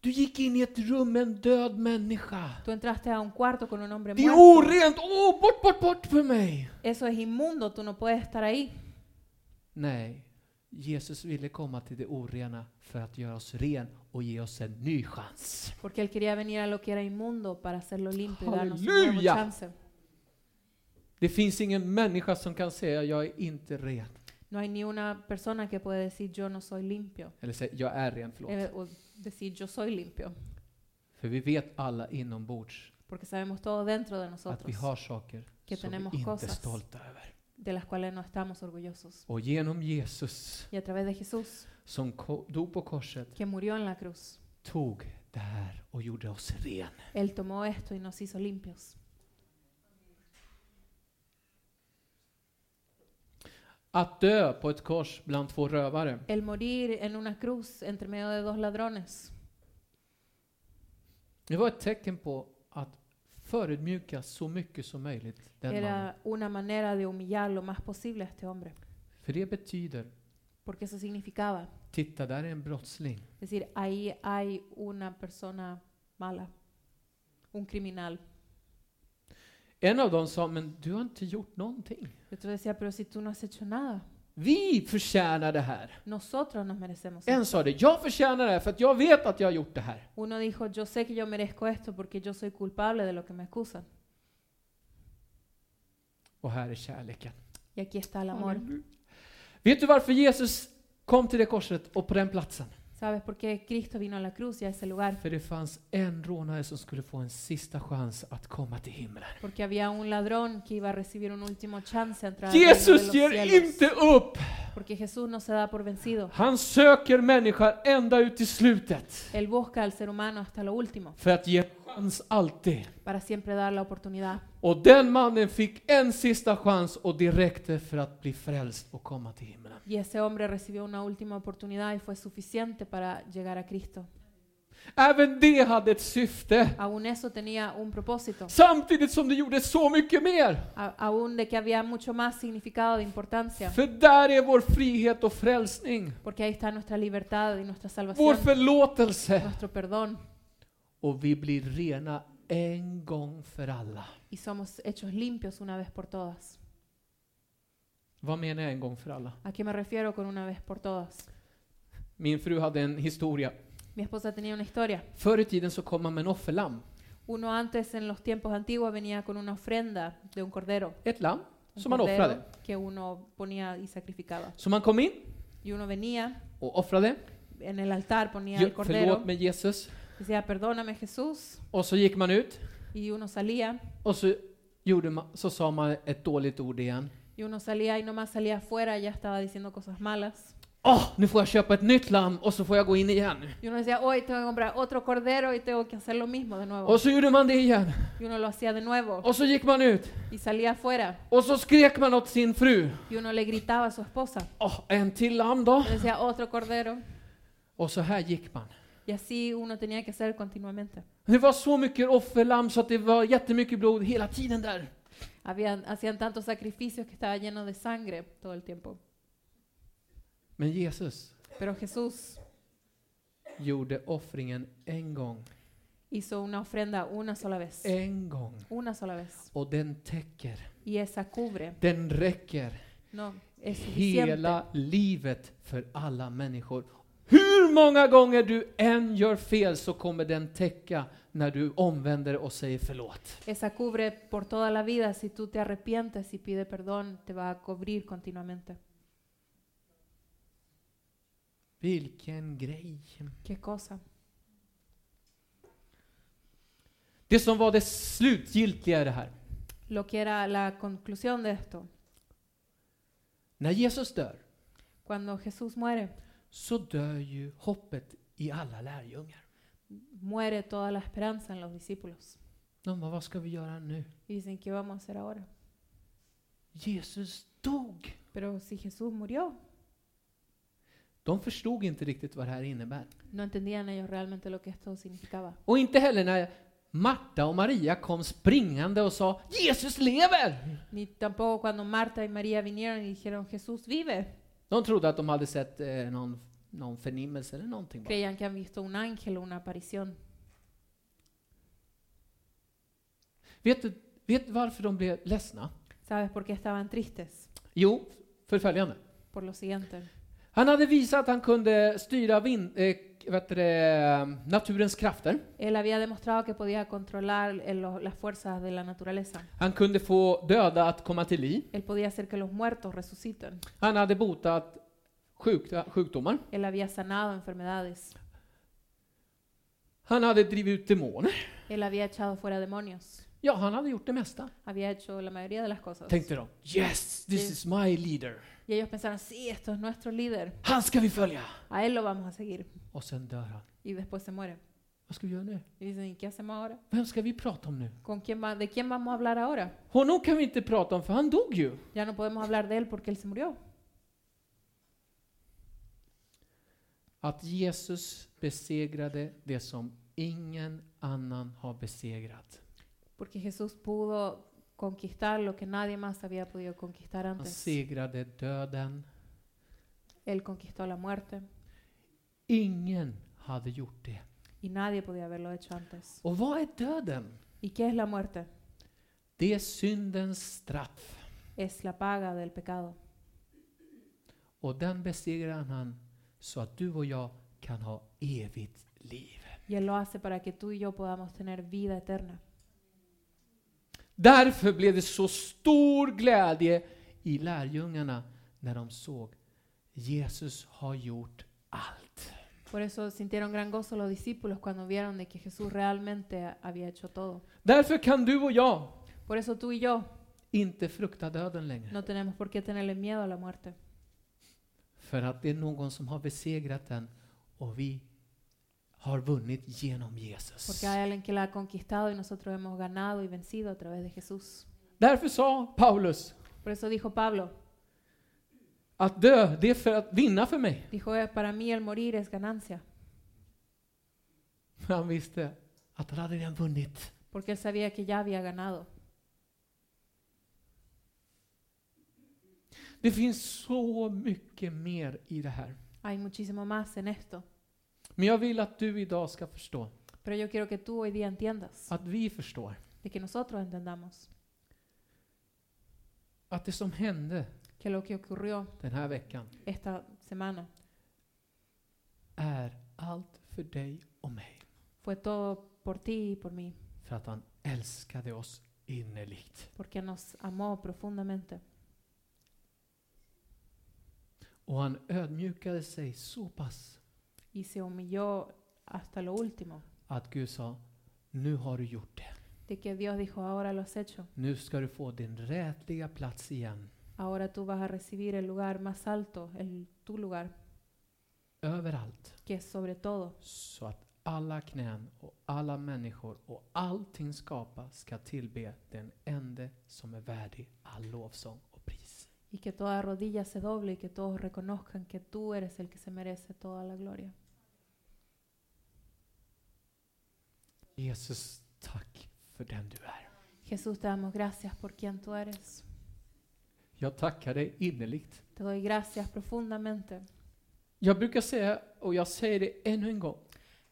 [SPEAKER 2] Du gick in i ett rum med en död människa.
[SPEAKER 3] Tú entraste a un cuarto con un hombre
[SPEAKER 2] Det är
[SPEAKER 3] muerto.
[SPEAKER 2] orent! Åh, bort, bort, bort för mig!
[SPEAKER 3] Eso es inmundo. Tú no puedes estar ahí.
[SPEAKER 2] Nej, Jesus ville komma till det orena för att göra oss ren och ge oss en ny chans.
[SPEAKER 3] Porque él quería venir a lo que era inmundo para hacerlo limpio y darnos una nueva
[SPEAKER 2] Aleluya.
[SPEAKER 3] chance.
[SPEAKER 2] Det finns ingen människa som kan säga jag är inte ren.
[SPEAKER 3] No hay ni una persona que pueda decir yo no soy limpio.
[SPEAKER 2] Eller säga jag är ren, förlåt.
[SPEAKER 3] Eh, o decir yo soy limpio.
[SPEAKER 2] För vi vet alla inombords
[SPEAKER 3] Porque sabemos todo dentro de
[SPEAKER 2] att vi
[SPEAKER 3] nosotros
[SPEAKER 2] har saker
[SPEAKER 3] Que
[SPEAKER 2] som vi
[SPEAKER 3] tenemos
[SPEAKER 2] inte är
[SPEAKER 3] cosas.
[SPEAKER 2] stolta över.
[SPEAKER 3] de las cuales no estamos orgullosos.
[SPEAKER 2] Och genom Jesus
[SPEAKER 3] Y a través de Jesús,
[SPEAKER 2] som ko- dog på korset
[SPEAKER 3] que murió en la cruz,
[SPEAKER 2] tog det här och gjorde oss ren.
[SPEAKER 3] Él tomó esto y nos hizo limpios.
[SPEAKER 2] Att dö på ett kors bland två rövare
[SPEAKER 3] El morir en una cruz entre medio de dos ladrones
[SPEAKER 2] Det var ett tecken på att förödmjuka så mycket som möjligt den mannen.
[SPEAKER 3] era una manera de humillar lo más posible a este hombre.
[SPEAKER 2] För det betyder,
[SPEAKER 3] Porque eso significaba
[SPEAKER 2] titta där är en brottsling.
[SPEAKER 3] decir, ahí hay una persona mala, un criminal.
[SPEAKER 2] En av dem sa, men du har inte gjort någonting.
[SPEAKER 3] Y otro decía, pero si tú no has hecho nada,
[SPEAKER 2] Vi förtjänar det här.
[SPEAKER 3] nosotros nos merecemos.
[SPEAKER 2] En sa det, jag förtjänar det här för att jag vet att jag har gjort det här.
[SPEAKER 3] Uno dijo, yo sé que yo merezco esto porque yo soy culpable de lo que me acusan.
[SPEAKER 2] Och här är kärleken.
[SPEAKER 3] Y aquí está el amor.
[SPEAKER 2] Vet du varför Jesus kom till det korset och på den platsen?
[SPEAKER 3] ¿Sabes por qué Cristo vino a la cruz y a ese lugar?
[SPEAKER 2] För det fanns en rånare som skulle få en sista chans att komma till himlen.
[SPEAKER 3] Porque había un ladrón que iba a recibir un último chance a entrar al reino
[SPEAKER 2] Jesus
[SPEAKER 3] de los
[SPEAKER 2] ger
[SPEAKER 3] cielos.
[SPEAKER 2] inte upp!
[SPEAKER 3] Porque Jesús no se da por vencido.
[SPEAKER 2] Han söker människan ända ut till slutet.
[SPEAKER 3] Él busca al ser humano hasta lo último
[SPEAKER 2] för att ge chans alltid.
[SPEAKER 3] para siempre dar la oportunidad.
[SPEAKER 2] Och den mannen fick en sista chans och det räckte för att bli frälst och komma till himlen.
[SPEAKER 3] Y ese hombre recibió una última oportunidad y fue suficiente para llegar a Cristo.
[SPEAKER 2] Även det hade ett syfte.
[SPEAKER 3] Aún eso tenía un propósito.
[SPEAKER 2] Samtidigt som det gjorde så mycket mer.
[SPEAKER 3] A- aún de que había mucho más significado de importancia.
[SPEAKER 2] För där är vår frihet och frälsning,
[SPEAKER 3] Porque ahí está nuestra libertad y nuestra
[SPEAKER 2] vår
[SPEAKER 3] salvación,
[SPEAKER 2] förlåtelse.
[SPEAKER 3] nuestro perdón.
[SPEAKER 2] Och vi blir rena en gång för alla.
[SPEAKER 3] Y somos hechos limpios una vez por todas.
[SPEAKER 2] Vad menar jag en gång för alla?
[SPEAKER 3] ¿A qué me refiero con una vez por todas?
[SPEAKER 2] Min fru hade en historia.
[SPEAKER 3] Mi esposa tenía una historia.
[SPEAKER 2] Förr i tiden så kom man med en offerlamm.
[SPEAKER 3] Uno antes, en los tiempos antiguos, venía con una ofrenda de un cordero.
[SPEAKER 2] Ett lamm
[SPEAKER 3] Un
[SPEAKER 2] som man
[SPEAKER 3] cordero
[SPEAKER 2] offrade.
[SPEAKER 3] que uno ponía y sacrificaba.
[SPEAKER 2] Så man kom in
[SPEAKER 3] Y uno venía
[SPEAKER 2] och offrade.
[SPEAKER 3] en el altar, ponía
[SPEAKER 2] Ju-
[SPEAKER 3] el cordero,
[SPEAKER 2] Förlåt mig Jesus.
[SPEAKER 3] decía, perdóname Jesús.
[SPEAKER 2] Och så gick man ut
[SPEAKER 3] Y uno salía,
[SPEAKER 2] och så, gjorde man, så sa man ett dåligt ord igen.
[SPEAKER 3] y uno salía y nomás salía afuera, ya estaba diciendo cosas malas.
[SPEAKER 2] Åh, nu får jag köpa ett nytt lamm och så får jag gå in igen.
[SPEAKER 3] Y uno decía, hoy tengo que comprar otro cordero y tengo que hacer lo mismo de nuevo.
[SPEAKER 2] Och så gjorde man det igen.
[SPEAKER 3] Y uno lo hacía de nuevo.
[SPEAKER 2] Och så gick man ut
[SPEAKER 3] Y salía afuera,
[SPEAKER 2] och så skrek man åt sin fru.
[SPEAKER 3] y uno le gritaba a su esposa.
[SPEAKER 2] Åh, en till lamm då.
[SPEAKER 3] Y decía, otro cordero.
[SPEAKER 2] Och så här gick man.
[SPEAKER 3] Y así uno tenía que hacer continuamente.
[SPEAKER 2] Det var så mycket offerlamm så att det var jättemycket blod hela tiden där.
[SPEAKER 3] Habían, hacían tantos sacrificios que estaba lleno de sangre todo el tiempo.
[SPEAKER 2] Men Jesus
[SPEAKER 3] Pero Jesús
[SPEAKER 2] gjorde offringen en gång.
[SPEAKER 3] hizo una ofrenda una sola vez.
[SPEAKER 2] En gång.
[SPEAKER 3] Una sola vez.
[SPEAKER 2] Och den täcker.
[SPEAKER 3] Y esa cubre.
[SPEAKER 2] Den räcker.
[SPEAKER 3] No, es suficiente.
[SPEAKER 2] hela livet för alla människor. Hur många gånger du än gör fel så kommer den täcka när du omvänder och säger förlåt.
[SPEAKER 3] Esa cubre por toda la vida. Si tú te arrepientes y pide perdón, te va a cubrir continuamente.
[SPEAKER 2] Vilken grej!
[SPEAKER 3] Qué cosa.
[SPEAKER 2] Det som var det slutgiltiga i det här.
[SPEAKER 3] Lo que era la conclusión de esto.
[SPEAKER 2] När Jesus dör
[SPEAKER 3] Cuando Jesús muere,
[SPEAKER 2] så dör ju hoppet i alla lärjungar.
[SPEAKER 3] muere toda la esperanza en los discípulos.
[SPEAKER 2] De bara, vad ska vi göra nu?
[SPEAKER 3] Y dicen, ¿qué vamos a hacer ahora?
[SPEAKER 2] Jesus dog!
[SPEAKER 3] Pero si Jesús murió,
[SPEAKER 2] De förstod inte riktigt vad det här innebär.
[SPEAKER 3] No entendían ellos realmente lo que esto significaba.
[SPEAKER 2] Och inte heller när Marta och Maria kom springande och sa Jesus lever!
[SPEAKER 3] Ni tampoco cuando Marta y María vinieron y dijeron, Jesús vive,
[SPEAKER 2] De trodde att de hade sett eh, någon, någon förnimmelse eller någonting. Bara.
[SPEAKER 3] creían que han visto un ángel o una aparición.
[SPEAKER 2] Vet du vet du varför de blev ledsna?
[SPEAKER 3] ¿Sabes por qué estaban tristes?
[SPEAKER 2] Jo, för följande.
[SPEAKER 3] Por lo siguiente.
[SPEAKER 2] Han hade visat att han kunde styra vind, eh, vad heter det, naturens krafter.
[SPEAKER 3] Él había demostrado que podía controlar eh, lo- las fuerzas de la naturaleza.
[SPEAKER 2] Han kunde få döda att komma till liv.
[SPEAKER 3] Él podía hacer que los muertos resuciten.
[SPEAKER 2] Han hade botat sjuk, sjukdomar.
[SPEAKER 3] Él había sanado enfermedades.
[SPEAKER 2] Han hade drivit ut demoner.
[SPEAKER 3] Él había echado fuera demonios.
[SPEAKER 2] Ja, han hade gjort det mesta.
[SPEAKER 3] Había hecho la mayoría de las cosas.
[SPEAKER 2] Tänkte de, yes, this is my leader.
[SPEAKER 3] Y ellos pensaron, sí, esto es nuestro líder.
[SPEAKER 2] Han ska vi följa.
[SPEAKER 3] A él lo vamos a seguir.
[SPEAKER 2] Och sen dör han.
[SPEAKER 3] Y después se muere.
[SPEAKER 2] Vad ska vi göra nu?
[SPEAKER 3] Y dicen, ¿y qué hacemos ahora?
[SPEAKER 2] Vem ska vi prata om nu?
[SPEAKER 3] ¿Con quién va- ¿De quién vamos a hablar ahora?
[SPEAKER 2] Honom kan vi inte prata om för han dog ju.
[SPEAKER 3] Ya no podemos hablar de él porque él se murió.
[SPEAKER 2] Att Jesus besegrade det som ingen annan har besegrat.
[SPEAKER 3] Porque Jesús pudo conquistar lo que nadie más había podido conquistar
[SPEAKER 2] Han
[SPEAKER 3] antes.
[SPEAKER 2] segrade döden.
[SPEAKER 3] Él conquistó la muerte
[SPEAKER 2] Ingen hade gjort det.
[SPEAKER 3] y nadie podía haberlo hecho antes.
[SPEAKER 2] Och vad är döden?
[SPEAKER 3] ¿Y qué es la muerte?
[SPEAKER 2] Det är syndens straff.
[SPEAKER 3] Es la paga del pecado.
[SPEAKER 2] Och den besegrar han så att du och jag kan ha evigt liv.
[SPEAKER 3] Y Él lo hace para que tú y yo podamos tener vida eterna.
[SPEAKER 2] Därför blev det så stor glädje i lärjungarna när de såg Jesus har gjort allt.
[SPEAKER 3] Por eso sintieron gran gozo los discípulos cuando vieron de que Jesús realmente había hecho todo.
[SPEAKER 2] Därför kan du och jag
[SPEAKER 3] Por eso tú y yo
[SPEAKER 2] inte frukta döden längre.
[SPEAKER 3] no tenemos por qué tenerle miedo a la muerte.
[SPEAKER 2] För att det är någon som har besegrat den och vi har vunnit genom Jesus.
[SPEAKER 3] Porque hay alguien que la ha conquistado y nosotros hemos ganado y vencido a través de Jesús.
[SPEAKER 2] Därför sa Paulus
[SPEAKER 3] Por eso dijo Pablo,
[SPEAKER 2] att dö, det är för att vinna för mig.
[SPEAKER 3] dijo, "Eh, para mí el morir es ganancia.
[SPEAKER 2] För han visste att han hade redan vunnit.
[SPEAKER 3] Porque él sabía que ya había ganado.
[SPEAKER 2] Det finns så mycket mer i det här.
[SPEAKER 3] Hay muchísimo más en esto.
[SPEAKER 2] Men jag vill att du idag ska förstå,
[SPEAKER 3] Pero yo quiero que tú hoy día entiendas,
[SPEAKER 2] att vi förstår,
[SPEAKER 3] de que nosotros entendamos
[SPEAKER 2] att det som hände
[SPEAKER 3] que lo que ocurrió
[SPEAKER 2] den här veckan
[SPEAKER 3] esta semana
[SPEAKER 2] är allt för dig och mig.
[SPEAKER 3] fue todo por ti y por mí,
[SPEAKER 2] För att han älskade oss innerligt.
[SPEAKER 3] porque nos amó profundamente.
[SPEAKER 2] Och han ödmjukade sig så pass
[SPEAKER 3] y se humilló hasta lo último,
[SPEAKER 2] att Gud sa, nu har du gjort det.
[SPEAKER 3] de que Dios dijo, ahora lo has hecho,
[SPEAKER 2] Nu ska du få din rätliga plats igen.
[SPEAKER 3] ahora tú vas a recibir el lugar más alto, el, tu lugar,
[SPEAKER 2] Överallt.
[SPEAKER 3] que es sobre todo,
[SPEAKER 2] Så att alla knän och alla människor och allting skapat ska tillbe den ende som är värdig all lovsång och pris.
[SPEAKER 3] y que toda rodilla se doble y que todos reconozcan que tú eres el que se merece toda la gloria.
[SPEAKER 2] Jesus, tack för den du är.
[SPEAKER 3] Jesús, te damos gracias por quien tú eres.
[SPEAKER 2] Jag tackar dig innerligt.
[SPEAKER 3] Te doy gracias profundamente.
[SPEAKER 2] Jag brukar säga, och jag säger det ännu en gång,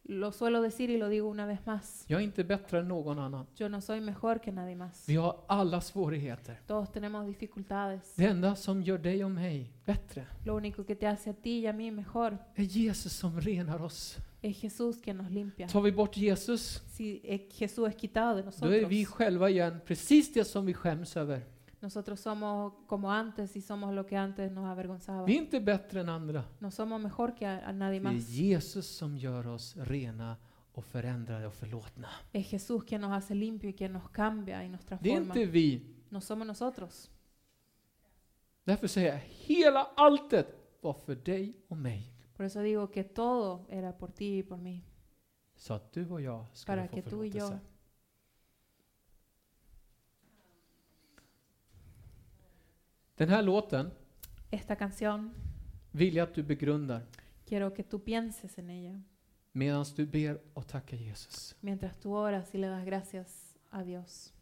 [SPEAKER 3] Lo suelo decir y lo digo una vez más.
[SPEAKER 2] jag är inte bättre än någon annan.
[SPEAKER 3] Yo no soy mejor que nadie más.
[SPEAKER 2] Vi har alla svårigheter.
[SPEAKER 3] Todos tenemos dificultades.
[SPEAKER 2] Det enda som gör dig och mig bättre
[SPEAKER 3] Lo único que te hace a ti y a mí mejor
[SPEAKER 2] är Jesus som renar oss.
[SPEAKER 3] es Jesús que nos limpia.
[SPEAKER 2] Tar vi bort Jesus,
[SPEAKER 3] Si eh, Jesús es quitado de
[SPEAKER 2] då är vi
[SPEAKER 3] nosotros,
[SPEAKER 2] själva igen precis det som vi skäms över.
[SPEAKER 3] nosotros somos como antes y somos lo que antes nos avergonzaba.
[SPEAKER 2] Vi är inte bättre än andra.
[SPEAKER 3] No somos mejor que a, a nadie
[SPEAKER 2] Det är
[SPEAKER 3] más.
[SPEAKER 2] Jesus som gör oss rena och förändrade och förlåtna.
[SPEAKER 3] Es Jesús quien nos hace limpio y quien nos cambia y nos
[SPEAKER 2] Det är
[SPEAKER 3] transforma.
[SPEAKER 2] inte vi.
[SPEAKER 3] No somos nosotros.
[SPEAKER 2] Därför säger jag, hela alltet var för dig och mig.
[SPEAKER 3] Por eso digo que todo era por ti y por mí,
[SPEAKER 2] Så att du och jag ska
[SPEAKER 3] para
[SPEAKER 2] få
[SPEAKER 3] que tú y yo.
[SPEAKER 2] förlåtelse. Den här låten
[SPEAKER 3] Esta canción
[SPEAKER 2] vill jag att du begrundar.
[SPEAKER 3] quiero que tú pienses en ella.
[SPEAKER 2] medan du ber och tackar Jesus.
[SPEAKER 3] mientras tú oras y le das gracias a Dios.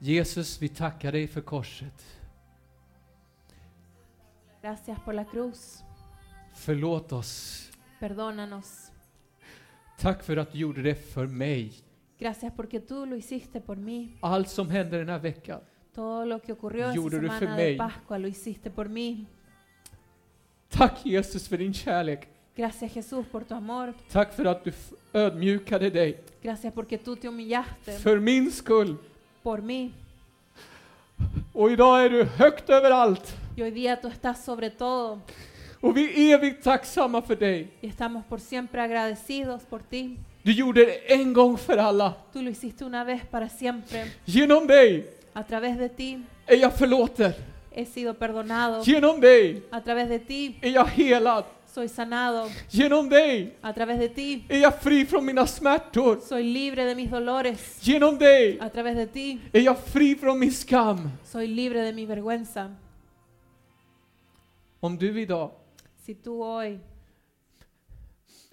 [SPEAKER 2] Jesus, vi tackar dig för korset.
[SPEAKER 3] Gracias por la cruz.
[SPEAKER 2] Förlåt oss.
[SPEAKER 3] Perdónanos.
[SPEAKER 2] Tack för att du gjorde det för mig.
[SPEAKER 3] Gracias porque tú lo hiciste por mí.
[SPEAKER 2] Allt som hände den här veckan.
[SPEAKER 3] Todo lo que ocurrió esta
[SPEAKER 2] Gjorde du för
[SPEAKER 3] semana
[SPEAKER 2] mig.
[SPEAKER 3] de Pascua lo hiciste por mí.
[SPEAKER 2] Tack Jesus för din kärlek.
[SPEAKER 3] Gracias Jesús por tu amor.
[SPEAKER 2] Tack för att du f- ödmjukade dig.
[SPEAKER 3] Gracias porque tú te humillaste
[SPEAKER 2] För min skull.
[SPEAKER 3] por mí.
[SPEAKER 2] Och idag är du högt över allt.
[SPEAKER 3] Y hoy día tú estás sobre todo.
[SPEAKER 2] Och vi är evigt tacksamma för dig.
[SPEAKER 3] Y estamos por siempre agradecidos por ti.
[SPEAKER 2] Du gjorde det en gång för alla.
[SPEAKER 3] Tú lo hiciste una vez para siempre.
[SPEAKER 2] Genom dig
[SPEAKER 3] A través de ti
[SPEAKER 2] är jag förlåten.
[SPEAKER 3] he sido perdonado.
[SPEAKER 2] Genom dig
[SPEAKER 3] A través de ti
[SPEAKER 2] är jag helad.
[SPEAKER 3] soy sanado.
[SPEAKER 2] Genom dig
[SPEAKER 3] A través de ti
[SPEAKER 2] är jag fri från mina smärtor.
[SPEAKER 3] soy libre de mis dolores.
[SPEAKER 2] Genom dig
[SPEAKER 3] A través de ti
[SPEAKER 2] är jag fri från min skam.
[SPEAKER 3] soy libre de mi vergüenza.
[SPEAKER 2] Om du idag,
[SPEAKER 3] Si tú hoy,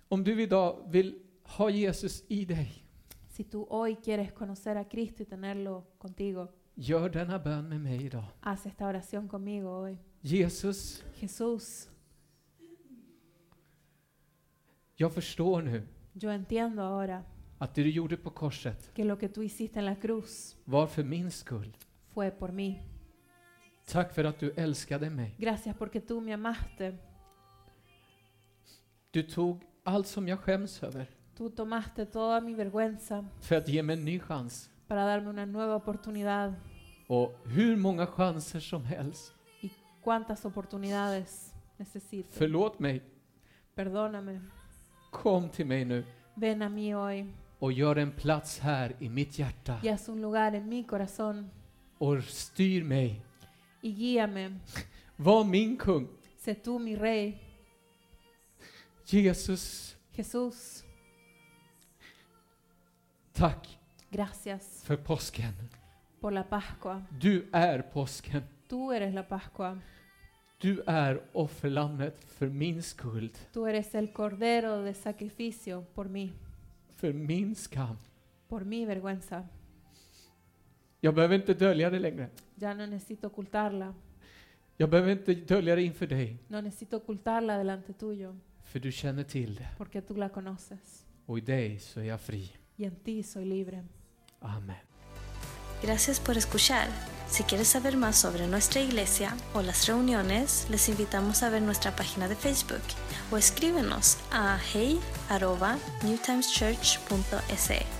[SPEAKER 2] om du idag vill ha Jesus i dig,
[SPEAKER 3] si tú hoy quieres conocer a Cristo y tenerlo contigo,
[SPEAKER 2] gör denna bön med mig idag.
[SPEAKER 3] haz esta oración conmigo hoy.
[SPEAKER 2] Jesus,
[SPEAKER 3] Jesús,
[SPEAKER 2] jag förstår nu
[SPEAKER 3] yo entiendo ahora
[SPEAKER 2] att det du gjorde på korset
[SPEAKER 3] que lo que tú hiciste en la cruz
[SPEAKER 2] var för min skull.
[SPEAKER 3] fue por mí.
[SPEAKER 2] Tack för att du älskade mig.
[SPEAKER 3] Gracias porque tú me amaste.
[SPEAKER 2] Du tog allt som jag skäms över
[SPEAKER 3] Tú tomaste toda mi vergüenza
[SPEAKER 2] för att ge mig en ny chans.
[SPEAKER 3] para darme una nueva oportunidad
[SPEAKER 2] och hur många chanser som helst.
[SPEAKER 3] y cuántas oportunidades necesito.
[SPEAKER 2] Förlåt mig,
[SPEAKER 3] Perdóname.
[SPEAKER 2] kom till mig nu
[SPEAKER 3] Ven a mí hoy
[SPEAKER 2] och gör en plats här i mitt hjärta
[SPEAKER 3] y haz un lugar en mi corazón
[SPEAKER 2] och styr mig.
[SPEAKER 3] y guíame.
[SPEAKER 2] Var min kung.
[SPEAKER 3] Sé tú mi rey,
[SPEAKER 2] Jesus,
[SPEAKER 3] Jesús.
[SPEAKER 2] tack
[SPEAKER 3] Gracias
[SPEAKER 2] för påsken.
[SPEAKER 3] por la Pascua.
[SPEAKER 2] Du är påsken.
[SPEAKER 3] Tú eres la Pascua.
[SPEAKER 2] Du är offerlammet för min skuld,
[SPEAKER 3] Tú eres el cordero de sacrificio por mí,
[SPEAKER 2] för min skam.
[SPEAKER 3] por mi vergüenza.
[SPEAKER 2] Jag behöver inte dölja det längre.
[SPEAKER 3] Ya no necesito ocultarla.
[SPEAKER 2] Jag behöver inte dölja det inför dig,
[SPEAKER 3] No necesito ocultarla delante tuyo,
[SPEAKER 2] för du känner till det.
[SPEAKER 3] porque tú la conoces.
[SPEAKER 2] Och i dig så är jag fri.
[SPEAKER 3] Y en ti soy libre.
[SPEAKER 2] Amen.
[SPEAKER 1] Gracias por escuchar. Si quieres saber más sobre nuestra iglesia o las reuniones, les invitamos a ver nuestra página de Facebook o escríbenos a hey@newtimeschurch.se.